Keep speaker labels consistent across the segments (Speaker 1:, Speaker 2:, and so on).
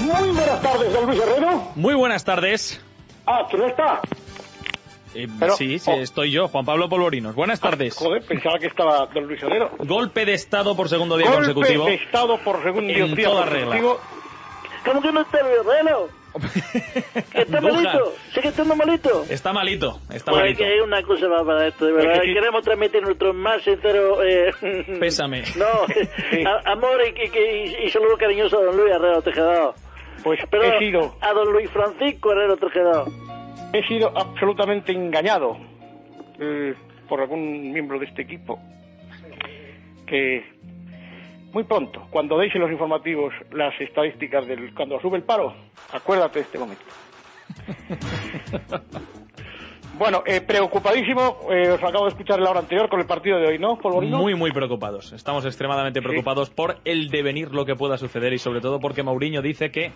Speaker 1: Muy buenas tardes, don Luis Herrero.
Speaker 2: Muy buenas tardes.
Speaker 1: Ah, que no está.
Speaker 2: Eh,
Speaker 1: Pero-
Speaker 2: sí, sí,
Speaker 1: oh. Ah,
Speaker 2: estoy yo, Juan Pablo Polvorinos. Buenas tardes.
Speaker 1: Joder, pensaba que estaba don Luis Herrero.
Speaker 2: Golpe de Estado por segundo día
Speaker 1: Golpe
Speaker 2: consecutivo.
Speaker 1: de Estado por segundo
Speaker 2: En
Speaker 1: día
Speaker 2: toda
Speaker 1: consecutivo.
Speaker 3: ¿Cómo que no está bien, Reno? ¿Que está
Speaker 2: Andújar.
Speaker 3: malito? ¿Sí que está malito?
Speaker 2: Está malito, está
Speaker 1: Pues
Speaker 3: Bueno,
Speaker 2: malito.
Speaker 3: que hay una cosa más para esto, de verdad.
Speaker 1: Es que sí.
Speaker 3: Queremos transmitir nuestro más sincero... Eh,
Speaker 2: Pésame.
Speaker 3: No, a- amor y, que- que- y- y saludo cariñoso a don Luis Herrero Tejedado.
Speaker 1: Pues
Speaker 3: Perdón,
Speaker 1: he sido,
Speaker 3: a don Luis Francisco Herrero Tejedado.
Speaker 1: he sido absolutamente engañado eh, por algún miembro de este equipo. Que muy pronto, cuando deis en los informativos las estadísticas del cuando sube el paro, acuérdate de este momento. Bueno, eh, preocupadísimo, eh, os acabo de escuchar en la hora anterior con el partido de hoy, ¿no, Polvorino?
Speaker 2: Muy, muy preocupados. Estamos extremadamente preocupados por el devenir, lo que pueda suceder y sobre todo porque Mourinho dice que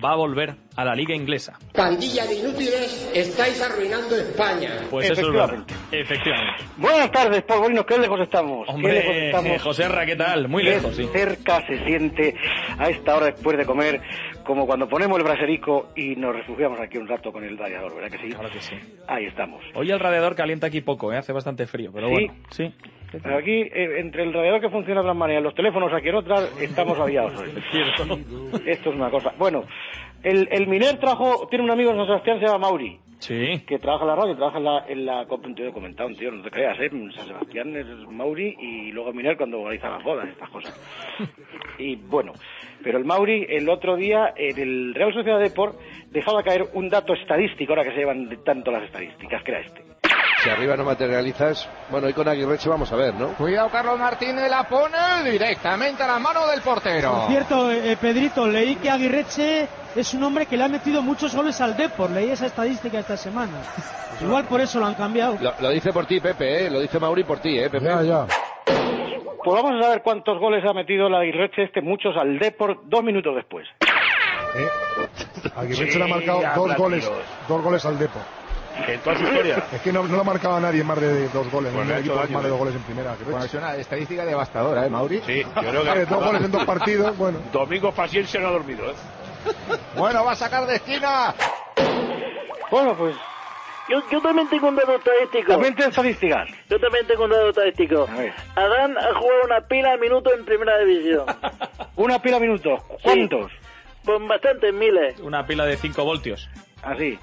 Speaker 2: va a volver a la liga inglesa.
Speaker 4: Pandilla de inútiles, estáis arruinando España.
Speaker 2: Pues eso es verdad.
Speaker 1: Efectivamente.
Speaker 2: Efectivamente.
Speaker 1: Buenas tardes, Polvorino, qué lejos estamos. qué lejos
Speaker 2: Hombre, eh,
Speaker 1: estamos.
Speaker 2: Joserra, ¿qué tal? Muy
Speaker 1: Qué
Speaker 2: lejos, sí.
Speaker 1: cerca se siente a esta hora después de comer, como cuando ponemos el braserico y nos refugiamos aquí un rato con el radiador, ¿verdad que sí?
Speaker 2: Claro que sí.
Speaker 1: Ahí estamos.
Speaker 2: Hoy el radiador calienta aquí poco, ¿eh? hace bastante frío, pero
Speaker 1: ¿Sí?
Speaker 2: bueno. Sí.
Speaker 1: Pero aquí, eh, entre el radiador que funciona de una manera y los teléfonos aquí en otra, estamos aviados.
Speaker 2: Es cierto.
Speaker 1: Esto es una cosa. Bueno, el, el Miner trajo, tiene un amigo en San Sebastián, se llama Mauri,
Speaker 2: Sí.
Speaker 1: que trabaja en la radio, trabaja en la, en la COP 22 comentado, tío, no te creas, ¿eh? En San Sebastián es Mauri y luego Miner cuando organiza las bodas, estas cosas. Y bueno, pero el Mauri el otro día en el Real Sociedad de Deport dejaba caer un dato estadístico, ahora que se llevan de tanto las estadísticas, que era este.
Speaker 5: Si arriba no materializas, bueno, y con Aguirreche vamos a ver, ¿no?
Speaker 6: Cuidado Carlos Martínez, la pone directamente a la mano del portero.
Speaker 1: Ah.
Speaker 7: Por cierto, eh, Pedrito, leí que Aguirreche es un hombre que le ha metido muchos goles al Depor. Leí esa estadística esta semana.
Speaker 1: Pues
Speaker 7: Igual por eso lo han cambiado.
Speaker 5: Lo, lo dice por ti, Pepe, ¿eh? Lo dice Mauri por ti, ¿eh, Pepe?
Speaker 1: Pues vamos a saber cuántos goles ha metido la Aguirreche este, muchos al Deport, dos minutos después.
Speaker 8: Aguirreche le ha marcado dos goles, dos goles al Depo. Es que no, no lo ha marcado a nadie más de dos goles.
Speaker 9: Pues
Speaker 8: ningún
Speaker 9: le ha hecho
Speaker 8: equipo
Speaker 9: daño,
Speaker 8: más de
Speaker 9: ¿eh?
Speaker 8: dos goles en primera. Aguirreche.
Speaker 6: Bueno, es una estadística devastadora, ¿eh, Mauri?
Speaker 9: Sí, yo creo que-
Speaker 8: Eh, dos goles en dos partidos, bueno.
Speaker 9: Domingo Fasiel se lo ha dormido, ¿eh?
Speaker 6: Bueno, va a sacar de esquina.
Speaker 1: Bueno, pues
Speaker 3: Yo, yo también tengo un dato estadístico.
Speaker 1: también tiene estadísticas.
Speaker 3: Yo también tengo un dato estadístico.
Speaker 1: A ver.
Speaker 3: Adán ha jugado una pila al minuto en primera división.
Speaker 1: Una pila de minutos. ¿Cuántos?
Speaker 3: Con bastantes miles.
Speaker 2: Una pila de 5 voltios.
Speaker 1: Así.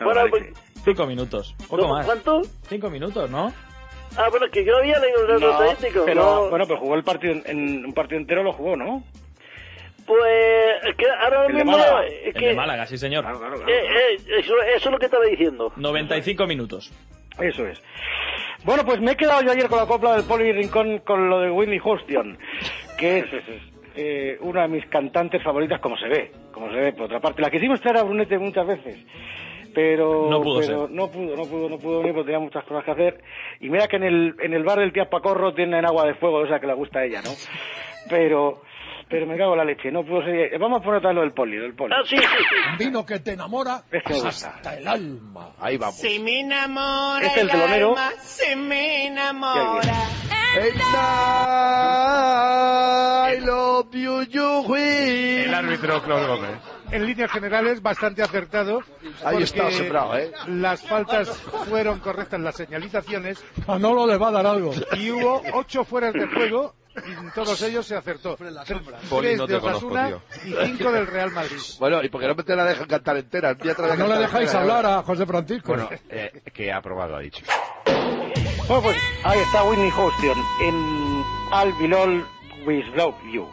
Speaker 3: Bueno,
Speaker 1: Ahora,
Speaker 3: pues,
Speaker 2: 5 minutos. Poco más.
Speaker 3: ¿Cuánto?
Speaker 2: 5 minutos, ¿no?
Speaker 3: Ah, bueno, es que yo había leído un dato
Speaker 1: No,
Speaker 3: estadístico.
Speaker 1: pero
Speaker 3: no.
Speaker 1: bueno, pero jugó el partido en, en un partido entero lo jugó, ¿no?
Speaker 3: Pues es que ahora
Speaker 1: El de
Speaker 3: mismo
Speaker 1: Málaga,
Speaker 3: es
Speaker 2: El
Speaker 3: que-
Speaker 2: de Málaga, sí, señor.
Speaker 1: claro,
Speaker 3: eh, eh, eso, eso es lo que estaba diciendo.
Speaker 2: 95 minutos.
Speaker 1: Eso es. Bueno, pues me he quedado yo ayer con la copla del Poli Rincón con lo de Whitney Houston, que es eh, una de mis cantantes favoritas, como se ve, como se ve por otra parte. La quisimos traer a Brunete muchas veces, pero,
Speaker 2: No pudo
Speaker 1: pero
Speaker 2: ser.
Speaker 1: no pudo, no pudo, no pudo venir porque tenía muchas cosas que hacer. Y mira que en el, en el bar del tía Pacorro tienen agua de fuego, esa que le gusta a ella, ¿no? Pero, pero me cago en la leche, no pudo ser. Eh, Vamos a poner otra vez lo del Poli, lo del Poli.
Speaker 3: Ah, sí, sí, sí.
Speaker 10: Vino que te enamora
Speaker 1: Es que me gusta.
Speaker 10: el alma.
Speaker 5: Ahí vamos.
Speaker 6: me enamora
Speaker 1: Este es el el telonero. alma,
Speaker 6: se me
Speaker 1: enamora.
Speaker 6: I love you, you
Speaker 9: El árbitro Claude Gómez.
Speaker 10: En líneas generales, bastante acertado.
Speaker 5: Ahí
Speaker 10: porque
Speaker 5: está, sembrado, ¿eh?
Speaker 10: Las faltas fueron correctas, las señalizaciones. A Ah, no le va a dar algo. Y hubo ocho fueras de juego. Y en todos ellos se acertó.
Speaker 5: Poli,
Speaker 10: Tres
Speaker 5: no
Speaker 10: de
Speaker 5: te conozco,
Speaker 10: Osasuna y cinco del Real Madrid.
Speaker 5: Bueno, ¿y por qué no te la dejan cantar entera? No la dejáis hablar a José Francisco. Bueno, eh, que ha aprobado, ha dicho.
Speaker 1: Bueno, pues ahí está Whitney Houston en I'll Be Lol We Love You.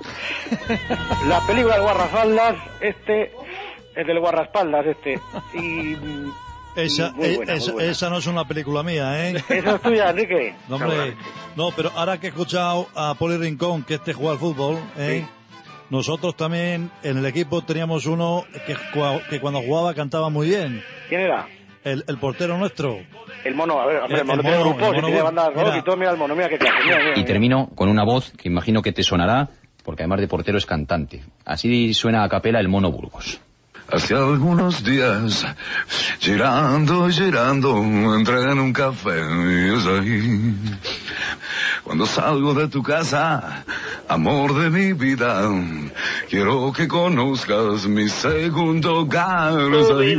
Speaker 1: La película del Guarraspaldas, este, es del Guarraspaldas, este. Y. mm,
Speaker 11: Esa,
Speaker 1: muy
Speaker 11: eh,
Speaker 1: buena, muy
Speaker 11: esa,
Speaker 1: buena.
Speaker 11: esa no es una película mía, ¿eh?
Speaker 1: Esa es tuya, Enrique.
Speaker 11: No, hombre,
Speaker 1: Cabrón.
Speaker 11: no, pero ahora que he escuchado a Poli Rincón, que este juega al fútbol, ¿eh? Nosotros también en el equipo teníamos uno que, cua- que cuando jugaba cantaba muy bien,
Speaker 1: ¿Quién era?
Speaker 11: el, el portero nuestro.
Speaker 1: El mono, a ver, hombre, el,
Speaker 11: El-
Speaker 1: mono
Speaker 11: el
Speaker 1: tiene
Speaker 11: mono,
Speaker 1: grupos,
Speaker 11: el
Speaker 1: y
Speaker 11: mono
Speaker 1: tiene
Speaker 11: bueno.
Speaker 1: bandas rock
Speaker 11: Mira.
Speaker 1: y todo, mira el mono, mira qué clase. mira, mira,
Speaker 12: Y
Speaker 1: mira.
Speaker 12: termino con una voz que imagino que te sonará, porque además de portero es cantante. Así suena a capela el mono Burgos.
Speaker 9: Hace algunos días, girando, girando, entré en un café y es ahí. Cuando salgo de tu casa, amor de mi vida, Quiero que conozcas mi segundo hogar. ahí.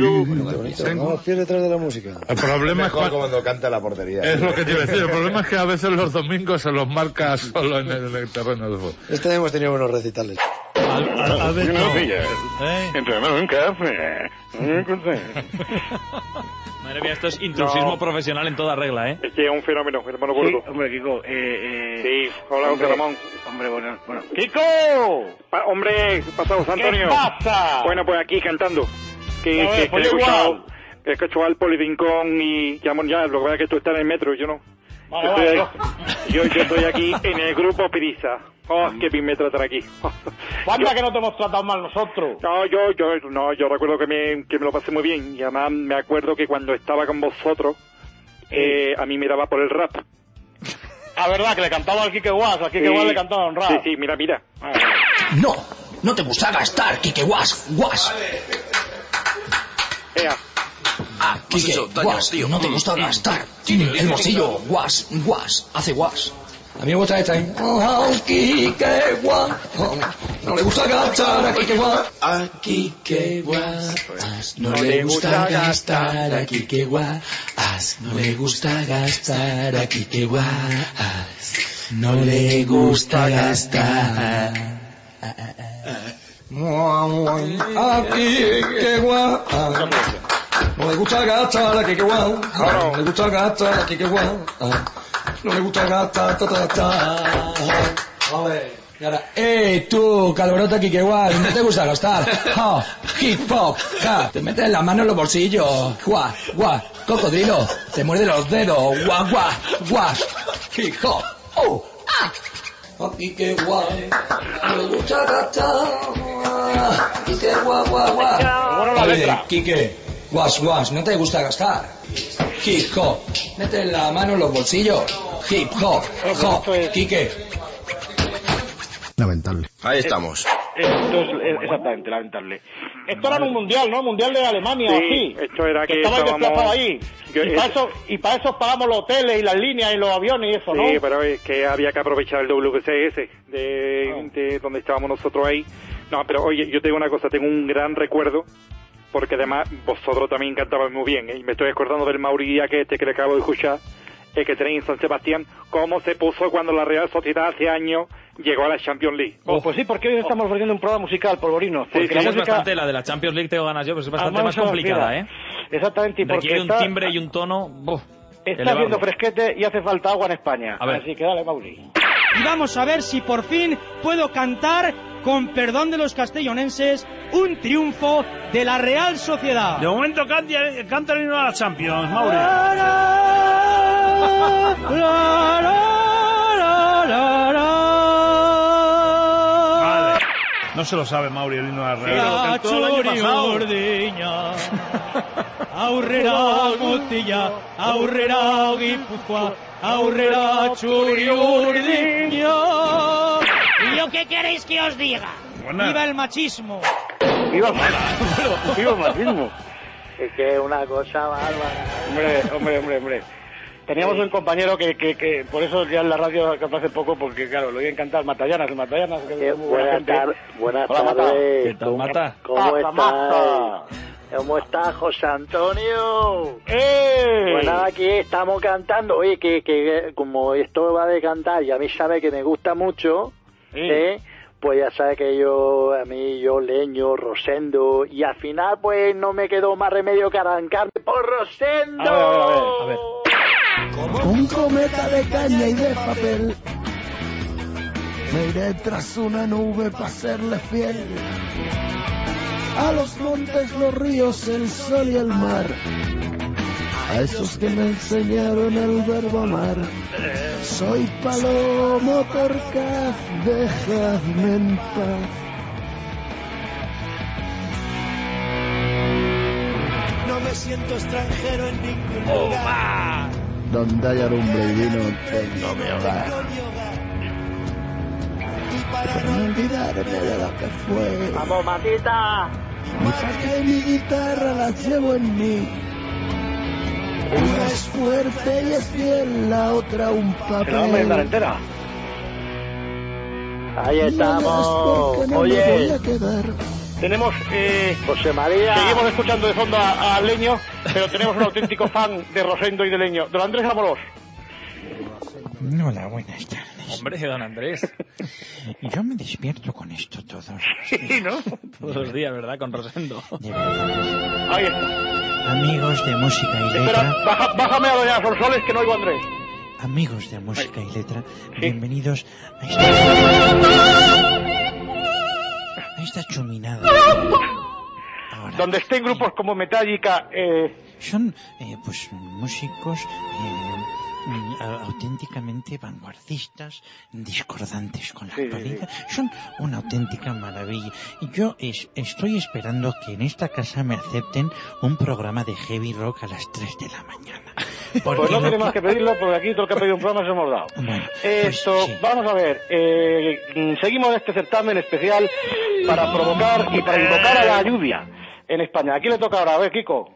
Speaker 9: Tengo-
Speaker 13: los pies detrás de la música.
Speaker 14: El problema es
Speaker 13: Mejor
Speaker 14: cua-
Speaker 13: cuando canta la portería. ¿eh?
Speaker 14: Es lo que te iba a decir. El problema es que a veces los domingos se los marca solo en el, en el terreno de fútbol.
Speaker 13: Este hemos tenido buenos recitales.
Speaker 14: Alberto.
Speaker 13: no.
Speaker 1: un café. un café.
Speaker 2: Madre mía, esto es intrusismo
Speaker 1: No.
Speaker 2: profesional en toda regla, ¿eh?
Speaker 15: Es que es un fenómeno, hermano
Speaker 1: Sí,
Speaker 15: gordo.
Speaker 1: hombre, Kiko. Eh, eh,
Speaker 15: Sí, hola,
Speaker 1: hombre,
Speaker 15: José Ramón.
Speaker 1: Hombre, bueno, bueno.
Speaker 15: ¡Kiko! hombre, ¿qué pasa, José
Speaker 1: ¿Qué
Speaker 15: Antonio?
Speaker 1: pasa?
Speaker 15: Bueno, pues aquí cantando. Que,
Speaker 1: A ver,
Speaker 15: que, que
Speaker 1: pues
Speaker 15: he
Speaker 1: igual.
Speaker 15: escuchado, he escuchado al Polivincón y ya, bueno, ya, lo que pasa es que tú estás en el metro, yo no.
Speaker 1: Vale,
Speaker 15: yo,
Speaker 1: Ah, vale,
Speaker 15: estoy, yo, yo estoy aquí en el grupo Prisa. Oh, qué bien me tratan aquí.
Speaker 1: Vaya
Speaker 15: Yo-
Speaker 1: que no te hemos tratado mal nosotros.
Speaker 15: no, yo, yo, no, yo recuerdo que me, que me lo pasé muy bien y además me acuerdo que cuando estaba con vosotros, eh, a mí me daba por el rap.
Speaker 1: Ah, verdad, que le cantaba al Kike Guas, al Kike
Speaker 15: Sí.
Speaker 1: Guas le cantaba a un rap.
Speaker 15: Sí, sí, mira, mira.
Speaker 1: No, no te gusta gastar, Kike Guas, Guas.
Speaker 15: Ea.
Speaker 16: Ah, Quique, guas, no te gusta gastar. El bolsillo, guas, guas, hace guas.
Speaker 13: A mí me gusta esta. ¿eh?
Speaker 16: Aquí que guas, no le gusta gastar, aquí que guas.
Speaker 13: Aquí que guas,
Speaker 16: No le gusta gastar, aquí que guas, no le gusta gastar, aquí que guas, no le gusta gastar.
Speaker 13: Aquí que guas, no le gusta gastar, aquí que guas, no le gusta gastar, aquí que guas, no le gusta gastar, ta ta ta. Vale. Y ahora, ¡eh, tú, calorota que igual! ¿No te gusta gastar? ¡Oh, hip hop! ja, Te metes la mano en los bolsillos. ¡Guau, guau! ¡Cocodrilo! ¡Te muerde los dedos! ¡Guau, guau, guau! ¡Hip hop! ¡Oh, ah! ¡Aquí que guay! ¡Me gusta gastar! ¡Aquí que guau, guau, guau!
Speaker 16: la
Speaker 13: Oye,
Speaker 16: letra.
Speaker 13: Eh, Quique, guas, guas, ¿no te gusta gastar? Hip hop, mete la mano en los bolsillos. Hip hop, hop, Quique,
Speaker 5: Lamentable.
Speaker 13: Ahí estamos.
Speaker 1: Esto es, es- exactamente, lamentable. Esto era en un mundial, ¿no? Mundial de Alemania,
Speaker 15: Sí,
Speaker 1: o así.
Speaker 15: esto era que
Speaker 1: estabais
Speaker 15: estábamos-
Speaker 1: desplazados ahí.
Speaker 15: Yo-
Speaker 1: y, para eso, y para eso pagamos los hoteles y las líneas y los aviones y eso, ¿no?
Speaker 15: Sí, pues- pero es que había que aprovechar el WCS de, de donde estábamos nosotros ahí. No, pero oye, yo te digo una cosa, tengo un gran recuerdo, porque además vosotros también cantabais muy bien, ¿eh? y me estoy acordando del Mauría que este que le acabo de escuchar, el que tenéis en San Sebastián, cómo se puso cuando la Real Sociedad hace años llegó a la Champions League.
Speaker 1: Oh, pues sí, porque hoy estamos ofreciendo un programa musical, Polvorino.
Speaker 2: Porque
Speaker 1: Porque la
Speaker 2: es
Speaker 1: música-
Speaker 2: bastante, la de la Champions League tengo ganas yo, pero es bastante
Speaker 1: Además,
Speaker 2: más
Speaker 1: se nos
Speaker 2: complicada,
Speaker 1: olvida.
Speaker 2: ¿eh?
Speaker 1: Exactamente, y porque
Speaker 2: Requiere
Speaker 1: está-
Speaker 2: un timbre y un tono... boh,
Speaker 1: Está
Speaker 2: elevado.
Speaker 1: haciendo fresquete y hace falta agua en España.
Speaker 2: A ver.
Speaker 1: Así que dale, Mauri.
Speaker 7: Y vamos a ver si por fin puedo cantar, con perdón de los castellonenses, un triunfo de la Real Sociedad.
Speaker 17: De momento canta, canta el himno a la Champions, Mauri. Vale. No se lo sabe Mauri el himno de la Real. Lo cantó el año pasado.
Speaker 7: Txuri-urdina, aurrera mutila, aurrera gipuzkoa, aurrera txuri-urdina. ¿Y yo qué queréis que os diga?
Speaker 3: Buena.
Speaker 7: ¡Viva el machismo!
Speaker 1: Viva, viva el machismo.
Speaker 3: Es que es una cosa bárbara.
Speaker 1: Hombre, hombre, hombre, hombre. Teníamos un compañero que, que, que, por eso ya en la radio capaz hace poco, porque claro, lo voy a encantar, Matallanas, el Matallanas.
Speaker 3: Eh,
Speaker 1: que es muy buena
Speaker 3: Buenas
Speaker 1: gente.
Speaker 3: tardes. Buenas
Speaker 1: Hola, Mata.
Speaker 3: tardes.
Speaker 1: ¿Qué tal, Mata?
Speaker 3: ¿Cómo
Speaker 1: Mata, Mata.
Speaker 3: estás? ¿Cómo estás, José Antonio?
Speaker 1: ¡Eh!
Speaker 3: Pues nada, aquí estamos cantando. Oye, que, que como esto va de cantar y a mí sabe que me gusta mucho, ¿eh? pues ya sabe que yo, a mí, yo leño, Rosendo, y al final, pues no me quedó más remedio que arrancarme por Rosendo.
Speaker 4: Un cometa de caña y de papel. Me iré tras una nube para serle fiel. A los montes, los ríos, el sol y el mar. A esos que me enseñaron el verbo amar. Soy palomo torcaz, déjame en paz.
Speaker 6: No me siento extranjero en ningún
Speaker 4: Donde haya lumbre y vino, tengo mi hogar. Para no olvidarme de lo que fue.
Speaker 3: Vamos, Matita.
Speaker 4: Mi faca y mi guitarra las llevo en mí. Una es fuerte y es fiel, la otra un
Speaker 1: ¿Se la vamos a
Speaker 4: papel.
Speaker 1: inventar entera?
Speaker 3: Ahí estamos.
Speaker 1: porque no me voy
Speaker 3: Oye,
Speaker 1: a Tenemos, eh,
Speaker 3: José María.
Speaker 1: Seguimos escuchando de fondo a, a Leño, pero tenemos un auténtico fan de Rosendo y de Leño. Don Andrés Amorós.
Speaker 18: Hola, buenas tardes. Hombre, don Andrés. Yo me despierto con esto todo.
Speaker 2: Sí, ¿no? Todos los días, ¿verdad? Con Rosendo.
Speaker 1: Ahí está.
Speaker 18: Amigos de música y
Speaker 1: Espera,
Speaker 18: letra,
Speaker 1: baja- bájame a Doña Sonsoles que no oigo a Andrés.
Speaker 18: amigos de música y letra, bienvenidos a esta, a esta chuminada.
Speaker 1: Donde estén grupos como Metallica, eh,
Speaker 18: Son, eh, pues, músicos eh, mm, a- auténticamente vanguardistas, discordantes con la actualidad. Son una auténtica maravilla. Y Yo es- estoy esperando que en esta casa me acepten un programa de heavy rock a las 3 de la mañana.
Speaker 1: pues no
Speaker 18: lo
Speaker 1: tiene más que pedirlo, porque aquí todo lo que ha pedido un programa se hemos dado.
Speaker 18: Pues
Speaker 1: Esto, vamos a ver, eh, mm, seguimos en este certamen especial para provocar y para invocar a la lluvia en España. ¿A quién le toca ahora? A ver, Kiko.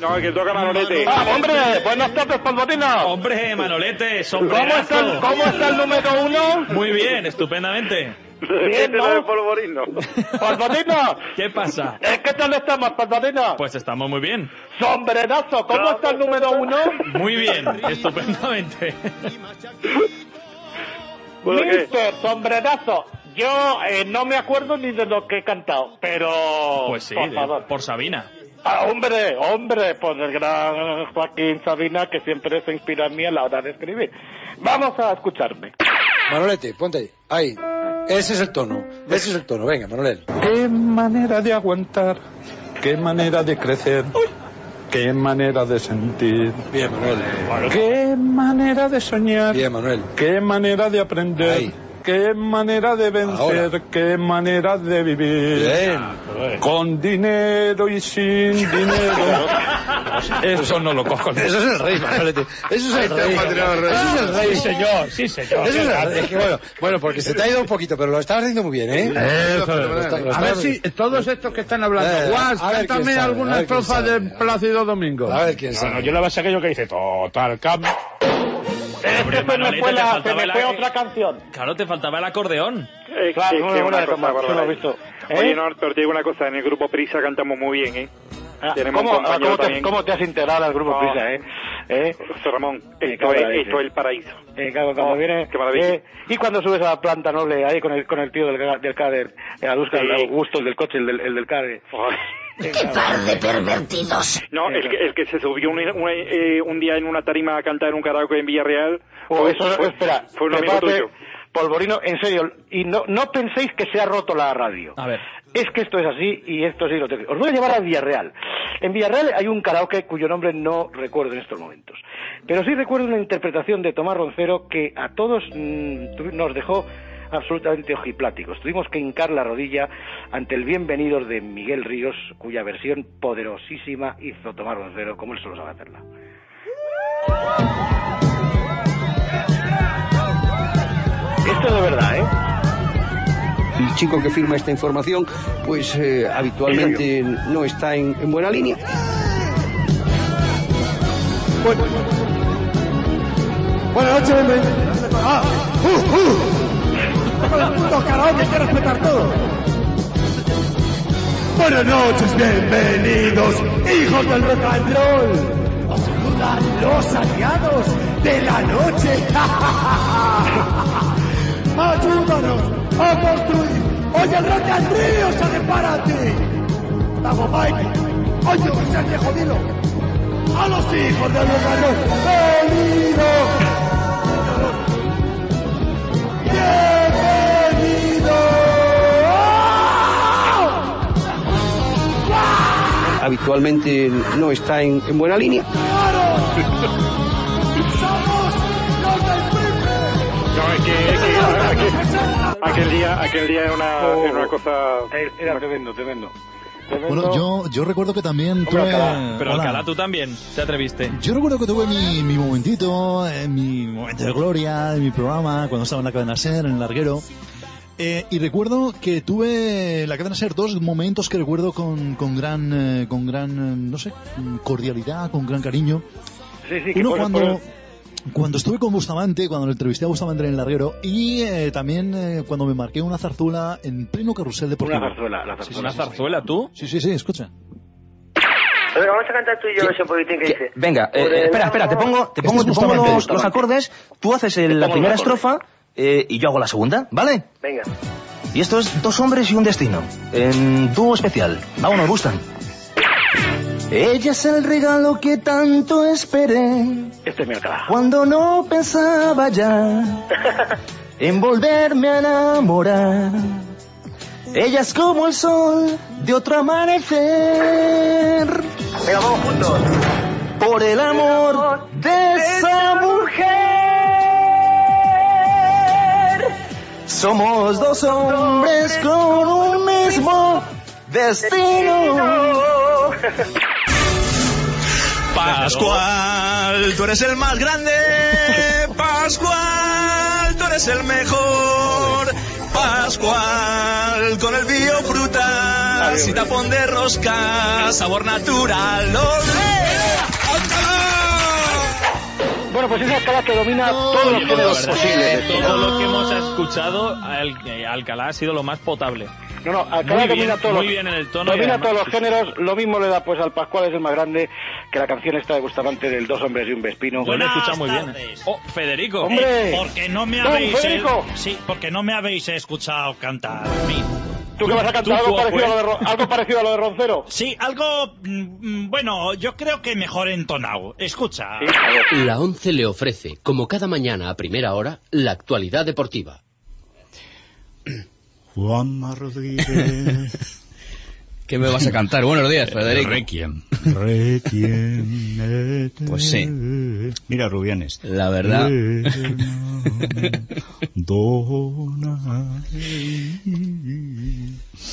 Speaker 15: No, que toca Manolete.
Speaker 1: ¡Ah, hombre! Buenas tardes, Palmatina.
Speaker 2: Hombre, Manolete, sombrerazo.
Speaker 1: ¿Cómo está, el- ¿Cómo está el número uno?
Speaker 2: Muy bien, estupendamente.
Speaker 1: Bien, ¿no? Palmatina.
Speaker 2: ¿Qué pasa?
Speaker 1: Eh, ¿Qué tal estamos, Palmatina?
Speaker 2: Pues estamos muy bien.
Speaker 1: Sombrerazo, ¿cómo está el número uno?
Speaker 2: Muy bien, estupendamente.
Speaker 15: Bueno, ¿qué?
Speaker 1: Mister, sombrerazo. Yo eh, no me acuerdo ni de lo que he cantado, pero...
Speaker 2: Pues sí,
Speaker 1: por
Speaker 2: de-
Speaker 1: favor.
Speaker 2: por Sabina.
Speaker 1: Ah, hombre, hombre, por el gran Joaquín Sabina que siempre se inspira en mí a la hora de escribir. Vamos a escucharme.
Speaker 13: Manolete, ponte ahí. Ahí. Ese es el tono. Ese es el tono. Venga, Manolete.
Speaker 19: Qué manera de aguantar, qué manera de crecer, qué manera de sentir.
Speaker 13: Bien, Manuel.
Speaker 19: Qué manera de soñar.
Speaker 13: Bien, Manuel.
Speaker 19: Qué manera de aprender. Qué manera de vencer. Qué manera de vivir. Con dinero y sin dinero. Eso no lo cojo.
Speaker 13: Eso es el rey, Manolete. Eso es el rey. Eso es el rey.
Speaker 17: Sí, señor.
Speaker 13: Eso es el- es que bueno, bueno, porque se te ha ido un poquito, pero lo estás haciendo muy bien, ¿eh? Lo está- lo
Speaker 14: A
Speaker 13: estás-
Speaker 14: ver si todos estos que están hablando.
Speaker 13: Eh,
Speaker 14: Guas,
Speaker 13: a ver quién
Speaker 14: cántame
Speaker 13: sabe, a
Speaker 14: alguna
Speaker 13: ver quién
Speaker 14: estrofa
Speaker 13: sabe.
Speaker 14: de Plácido Domingo.
Speaker 13: A ver quién sabe.
Speaker 14: yo la base aquello que dice total cambio.
Speaker 1: Se me fue, la- se me fue otra canción.
Speaker 2: Claro, te faltaba el acordeón.
Speaker 15: Eh,
Speaker 2: Claro,
Speaker 15: que-
Speaker 2: no,
Speaker 15: que
Speaker 2: no,
Speaker 15: una
Speaker 2: no,
Speaker 15: cosa,
Speaker 2: no, no,
Speaker 15: Bárbara.
Speaker 2: no, no, visto.
Speaker 15: Oye,
Speaker 2: ¿Eh?
Speaker 15: no, pero te digo una cosa, en el grupo Prisa cantamos muy bien, ¿eh?
Speaker 1: Ah,
Speaker 15: Tenemos
Speaker 1: ¿Cómo,
Speaker 15: un
Speaker 1: ah,
Speaker 15: compañero
Speaker 1: ¿cómo, te,
Speaker 15: también.
Speaker 1: cómo te has integrado al grupo
Speaker 15: No.
Speaker 1: Prisa, eh? ¿Eh?
Speaker 15: José Ramón,
Speaker 1: Me
Speaker 15: esto
Speaker 1: cago en la
Speaker 15: es,
Speaker 1: leche.
Speaker 15: esto es el paraíso.
Speaker 1: Eh, claro, cuando
Speaker 15: Oh,
Speaker 1: viene,
Speaker 15: qué maravilla.
Speaker 1: eh, y cuando subes a la planta noble ahí con el, con el tío del, ga- del Cader, eh, a buscar
Speaker 15: Sí.
Speaker 1: a Augusto, el del coche, el del, el del Cader. pervertidos!
Speaker 15: No, el que, el que se subió un, un- eh, un día en una tarima a cantar en un karaoke en Villarreal.
Speaker 1: Oh, eso,
Speaker 15: Pues, fue,
Speaker 1: espera,
Speaker 15: fue un amigo
Speaker 1: prepárate,
Speaker 15: tuyo.
Speaker 1: Polvorino, en serio, y no, no penséis que se ha roto la radio.
Speaker 2: A ver.
Speaker 1: Es que esto es así y esto sí lo tengo. Os voy a llevar a Villarreal. En Villarreal hay un karaoke cuyo nombre no recuerdo en estos momentos. Pero sí recuerdo una interpretación de Tomás Roncero que a todos mm, tu- nos dejó absolutamente ojipláticos. Tuvimos que hincar la rodilla ante el bienvenido de Miguel Ríos, cuya versión poderosísima hizo Tomás Roncero, como él solo sabe hacerla. Esto es de verdad, ¿eh?
Speaker 20: El chico que firma esta información, pues eh, habitualmente no está en, en buena línea.
Speaker 13: Bueno. Buenas noches, bienvenido. Ah, uh, uh. Los karaoke hay que respetar todo. Buenas noches, bienvenidos, hijos del rock and roll. Os saludan los aliados de la noche. Ayúdanos a construir. Oye, el rock and roll se repara a ti. Vamos, Mike. Oye, Vicente, jodido. A los hijos del rock and roll. Bienvenidos.
Speaker 20: Habitualmente no está en, en buena línea.
Speaker 15: No, es que, es que- aquel, aquel día, aquel día era una,
Speaker 1: Oh.
Speaker 15: era una cosa...
Speaker 1: Era tremendo, tremendo.
Speaker 21: Bueno, yo, yo recuerdo que también tuve...
Speaker 2: Pero
Speaker 21: Hola.
Speaker 2: Alcalá, tú también te atreviste.
Speaker 21: Yo recuerdo que tuve mi, mi momentito, eh, mi momento de gloria, en mi programa, cuando estaba en la cadena SER, en el larguero. Eh, y recuerdo que tuve la cadena SER dos momentos que recuerdo con, con gran, eh, con gran, eh, no sé, cordialidad, con gran cariño.
Speaker 1: Sí, sí, que
Speaker 21: Uno
Speaker 1: por-
Speaker 21: cuando,
Speaker 1: por-
Speaker 22: cuando estuve con Bustamante, cuando le entrevisté a Bustamante en el larguero, y eh, también eh, cuando me marqué una zarzuela en pleno carrusel deportivo.
Speaker 1: Una zarzuela, la zarzuela.
Speaker 2: ¿Una zarzuela tú?
Speaker 22: Sí, sí, sí, escucha.
Speaker 23: Venga, vamos a cantar tú y yo ese poquitín que dice.
Speaker 3: Venga, eh,
Speaker 23: Por el
Speaker 3: espera, espera, te
Speaker 23: amor-
Speaker 3: pongo, te
Speaker 23: Este
Speaker 3: pongo,
Speaker 23: es
Speaker 3: te pongo
Speaker 23: Bustamante.
Speaker 3: los, los acordes, tú haces el-
Speaker 23: Te
Speaker 3: la
Speaker 23: pongo
Speaker 3: primera
Speaker 23: los acordes.
Speaker 3: estrofa eh, y yo hago la segunda, ¿vale?
Speaker 23: Venga.
Speaker 3: Y esto es Dos hombres y un destino, en dúo especial. Vámonos, gustan.
Speaker 18: Ella es el regalo que tanto esperé.
Speaker 1: Este es mi alcalá.
Speaker 18: Cuando no pensaba ya en volverme a enamorar. Ella es como el sol de otro amanecer. Por el amor de esa mujer. Somos dos hombres con un mismo destino.
Speaker 3: Pascual, tú eres el más grande. Pascual, tú eres el mejor. Pascual, con el biofruta, si tapón de rosca, sabor natural.
Speaker 1: Bueno, pues esa escala que domina todos los géneros posibles.
Speaker 2: Pues, eh, Todo lo que hemos escuchado, Al- eh, Alcalá ha sido lo más potable.
Speaker 1: No, no, Alcalá
Speaker 2: Muy bien,
Speaker 1: domina todos
Speaker 2: muy
Speaker 1: los,
Speaker 2: bien en el tono y
Speaker 1: domina
Speaker 2: además-
Speaker 1: todos los géneros. Lo mismo le da pues al Pascual es el más grande que la canción esta de Bustamante del Dos hombres y un vespino.
Speaker 2: Lo he
Speaker 1: Buenas
Speaker 2: escuchado muy bien.
Speaker 1: tardes.
Speaker 2: ¿eh? Oh, Federico.
Speaker 1: Hombre.
Speaker 15: Eh, porque no me
Speaker 1: Don
Speaker 15: habéis...
Speaker 1: Federico.
Speaker 15: sí, porque no me habéis escuchado cantar a mí.
Speaker 1: ¿Tú que vas a cantar
Speaker 2: ah, pues,
Speaker 1: algo parecido, a lo de, Ro- algo parecido a lo de Roncero?
Speaker 15: Sí, algo... mm, mm, Bueno, yo creo que mejor entonado. Escucha.
Speaker 5: La 11 le ofrece, como cada mañana a primera hora, la actualidad deportiva.
Speaker 22: Juanma Rodríguez.
Speaker 5: ¿Qué me vas a cantar? Buenos días, Federico.
Speaker 22: Pues
Speaker 5: sí.
Speaker 22: Mira, Rubianes.
Speaker 5: La verdad.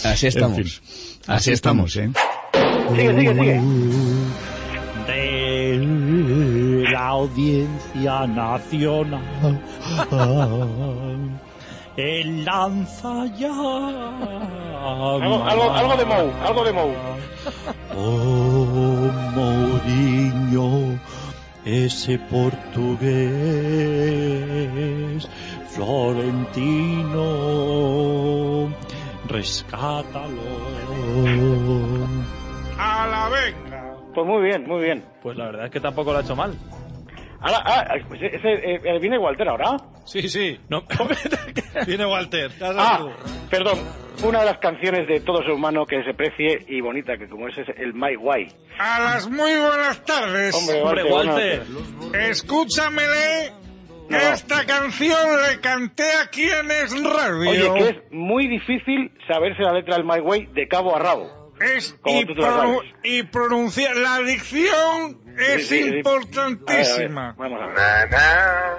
Speaker 5: Así estamos.
Speaker 22: En fin, ¿eh?
Speaker 5: así, estamos,
Speaker 22: Sigue, sigue, sigue.
Speaker 15: De la audiencia nacional. El lanza ya.
Speaker 1: Algo, algo, algo de Mou, algo de Mou.
Speaker 22: Oh, Mourinho, ese portugués, florentino, rescátalo.
Speaker 1: A la venga. Pues muy bien, muy bien.
Speaker 2: Pues la verdad es que tampoco lo ha hecho mal.
Speaker 1: Ahora, ah, pues ese, eh, viene Walter ahora.
Speaker 2: Sí, sí. No,
Speaker 24: Viene Walter.
Speaker 1: Ah, perdón. Una de las canciones de todo ser humano que se precie y bonita, que como es, es el My Way.
Speaker 13: A las muy buenas tardes.
Speaker 1: Hombre, Hombre, Walter,
Speaker 13: Escúchamele.
Speaker 1: No.
Speaker 13: Esta canción le canté aquí en Es Radio.
Speaker 1: Oye, que es muy difícil saberse la letra del My Way de cabo a rabo.
Speaker 13: Es
Speaker 1: Como
Speaker 13: y,
Speaker 1: tú te la
Speaker 13: pro-
Speaker 1: sabes.
Speaker 13: y pronunciar la dicción es
Speaker 1: Sí, sí, sí.
Speaker 13: importantísima.
Speaker 1: A ver, a ver, vamos a ver.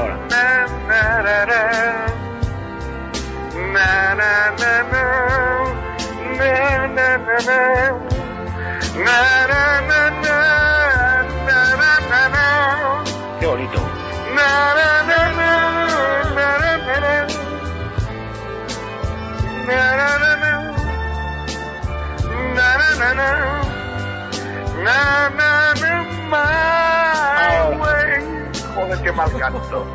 Speaker 1: ahora. Qué bonito.
Speaker 13: Joder, qué mal canto.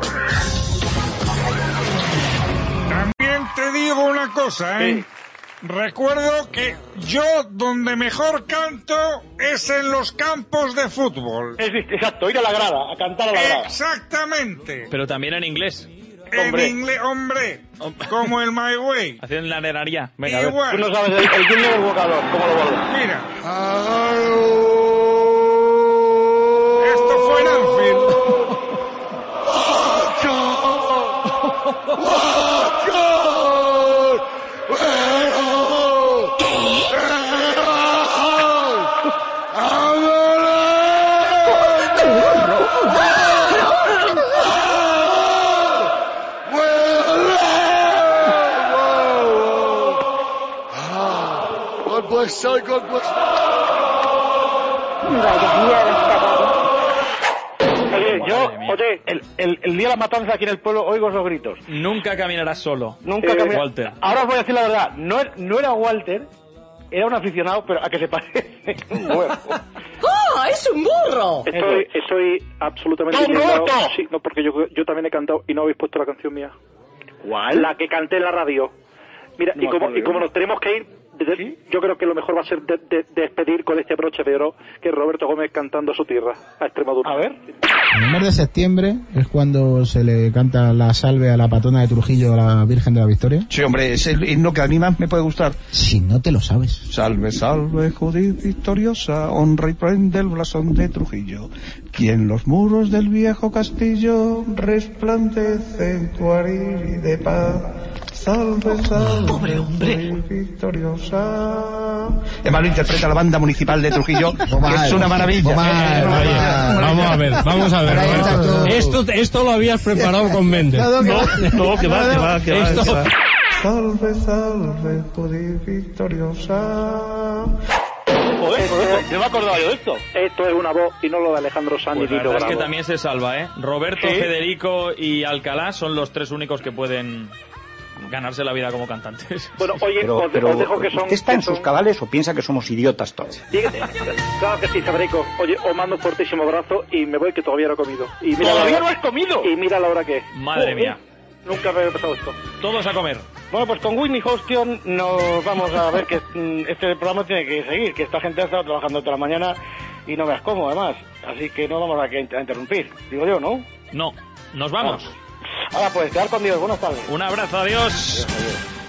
Speaker 13: También te digo una cosa, ¿eh? Recuerdo que yo donde mejor canto es en los campos de fútbol.
Speaker 1: exacto, ir a la grada, a cantar a
Speaker 18: Eh,
Speaker 1: la grada.
Speaker 13: Exactamente.
Speaker 2: Pero también en inglés.
Speaker 13: En inglés, hombre, como el My Way.
Speaker 2: Haciendo la nenaría. Venga, a ver.
Speaker 13: Igual. Mira.
Speaker 1: Oh.
Speaker 13: Esto fue en Anfield.
Speaker 25: el sol con
Speaker 1: Oye, yo, oye, el, el- el día de la matanza aquí en el pueblo oigo esos gritos.
Speaker 2: Nunca caminarás solo. eh,
Speaker 1: Nunca
Speaker 3: Eh,
Speaker 1: camina-
Speaker 2: Walter.
Speaker 1: Ahora os voy a decir la verdad, no, er- no era Walter, era un aficionado, pero a que se parece un huevo.
Speaker 16: ¡Ah, es un burro!
Speaker 3: Estoy, estoy absolutamente
Speaker 16: ¡Tú
Speaker 3: indignado.
Speaker 16: roto!
Speaker 3: Sí, no, porque yo, yo también he cantado y no habéis puesto la canción mía.
Speaker 1: ¿Cuál?
Speaker 3: La que canté en la radio. Mira,
Speaker 1: No
Speaker 3: y,
Speaker 1: me
Speaker 3: como,
Speaker 1: acuerdo
Speaker 3: y como
Speaker 1: yo.
Speaker 3: nos tenemos que ir, de- yo creo que lo mejor va a ser de- de- despedir con este broche de oro que es Roberto Gómez cantando a su tierra, a Extremadura. A ver.
Speaker 18: El mes de septiembre es cuando se le canta la salve a la patrona de Trujillo, a la Virgen de la Victoria.
Speaker 13: Sí, hombre, es el himno que a mí más me puede gustar.
Speaker 18: Si no te lo sabes.
Speaker 13: Salve, salve, Judith victoriosa, honra y prende el blasón de Trujillo, quien los muros del viejo castillo resplandece en tu aril y de paz. Salve, salve, Pobre hombre. victoriosa. Además lo interpreta la banda municipal de Trujillo, que es una maravilla.
Speaker 26: Vamos a ver, vamos a ver. Roberto. Esto, esto lo habías preparado con Méndez.
Speaker 13: No, no, que va.
Speaker 26: no, que va, que va, que va, que
Speaker 13: Esto-
Speaker 26: va.
Speaker 13: Salve, salve, Judith victoriosa.
Speaker 1: no me acordaba yo de esto.
Speaker 3: Esto es una voz y no lo de Alejandro Sanz
Speaker 2: Pues
Speaker 3: y
Speaker 2: la
Speaker 3: Tito
Speaker 2: verdad es que
Speaker 3: Bravo.
Speaker 2: también se salva, ¿eh? Roberto,
Speaker 3: Sí.
Speaker 2: Federico y Alcalá son los tres únicos que pueden ganarse la vida como cantantes.
Speaker 3: Bueno, oye, os, os dejo que son...
Speaker 27: ¿usted está en sus cabales o piensa que somos idiotas todos?
Speaker 3: Dígate. Claro que sí, Sabrico. Oye, os mando un fortísimo abrazo y me voy que todavía no he comido. Y mira
Speaker 1: ¿Todavía
Speaker 3: la hora-
Speaker 1: no has comido?
Speaker 3: Y mira la hora que es.
Speaker 2: Madre
Speaker 3: Uh,
Speaker 2: mía.
Speaker 3: uh, Nunca me había pasado esto.
Speaker 2: Todos a comer.
Speaker 1: Bueno, pues con Whitney Houston nos vamos a ver que mm, este programa tiene que seguir, que esta gente ha estado trabajando toda la mañana y no veas cómo, además. Así que no vamos a, que- a interrumpir, digo yo, ¿no?
Speaker 2: No, nos vamos.
Speaker 1: Ahora pues, quedar con Dios, buenas tardes.
Speaker 2: Un abrazo, adiós.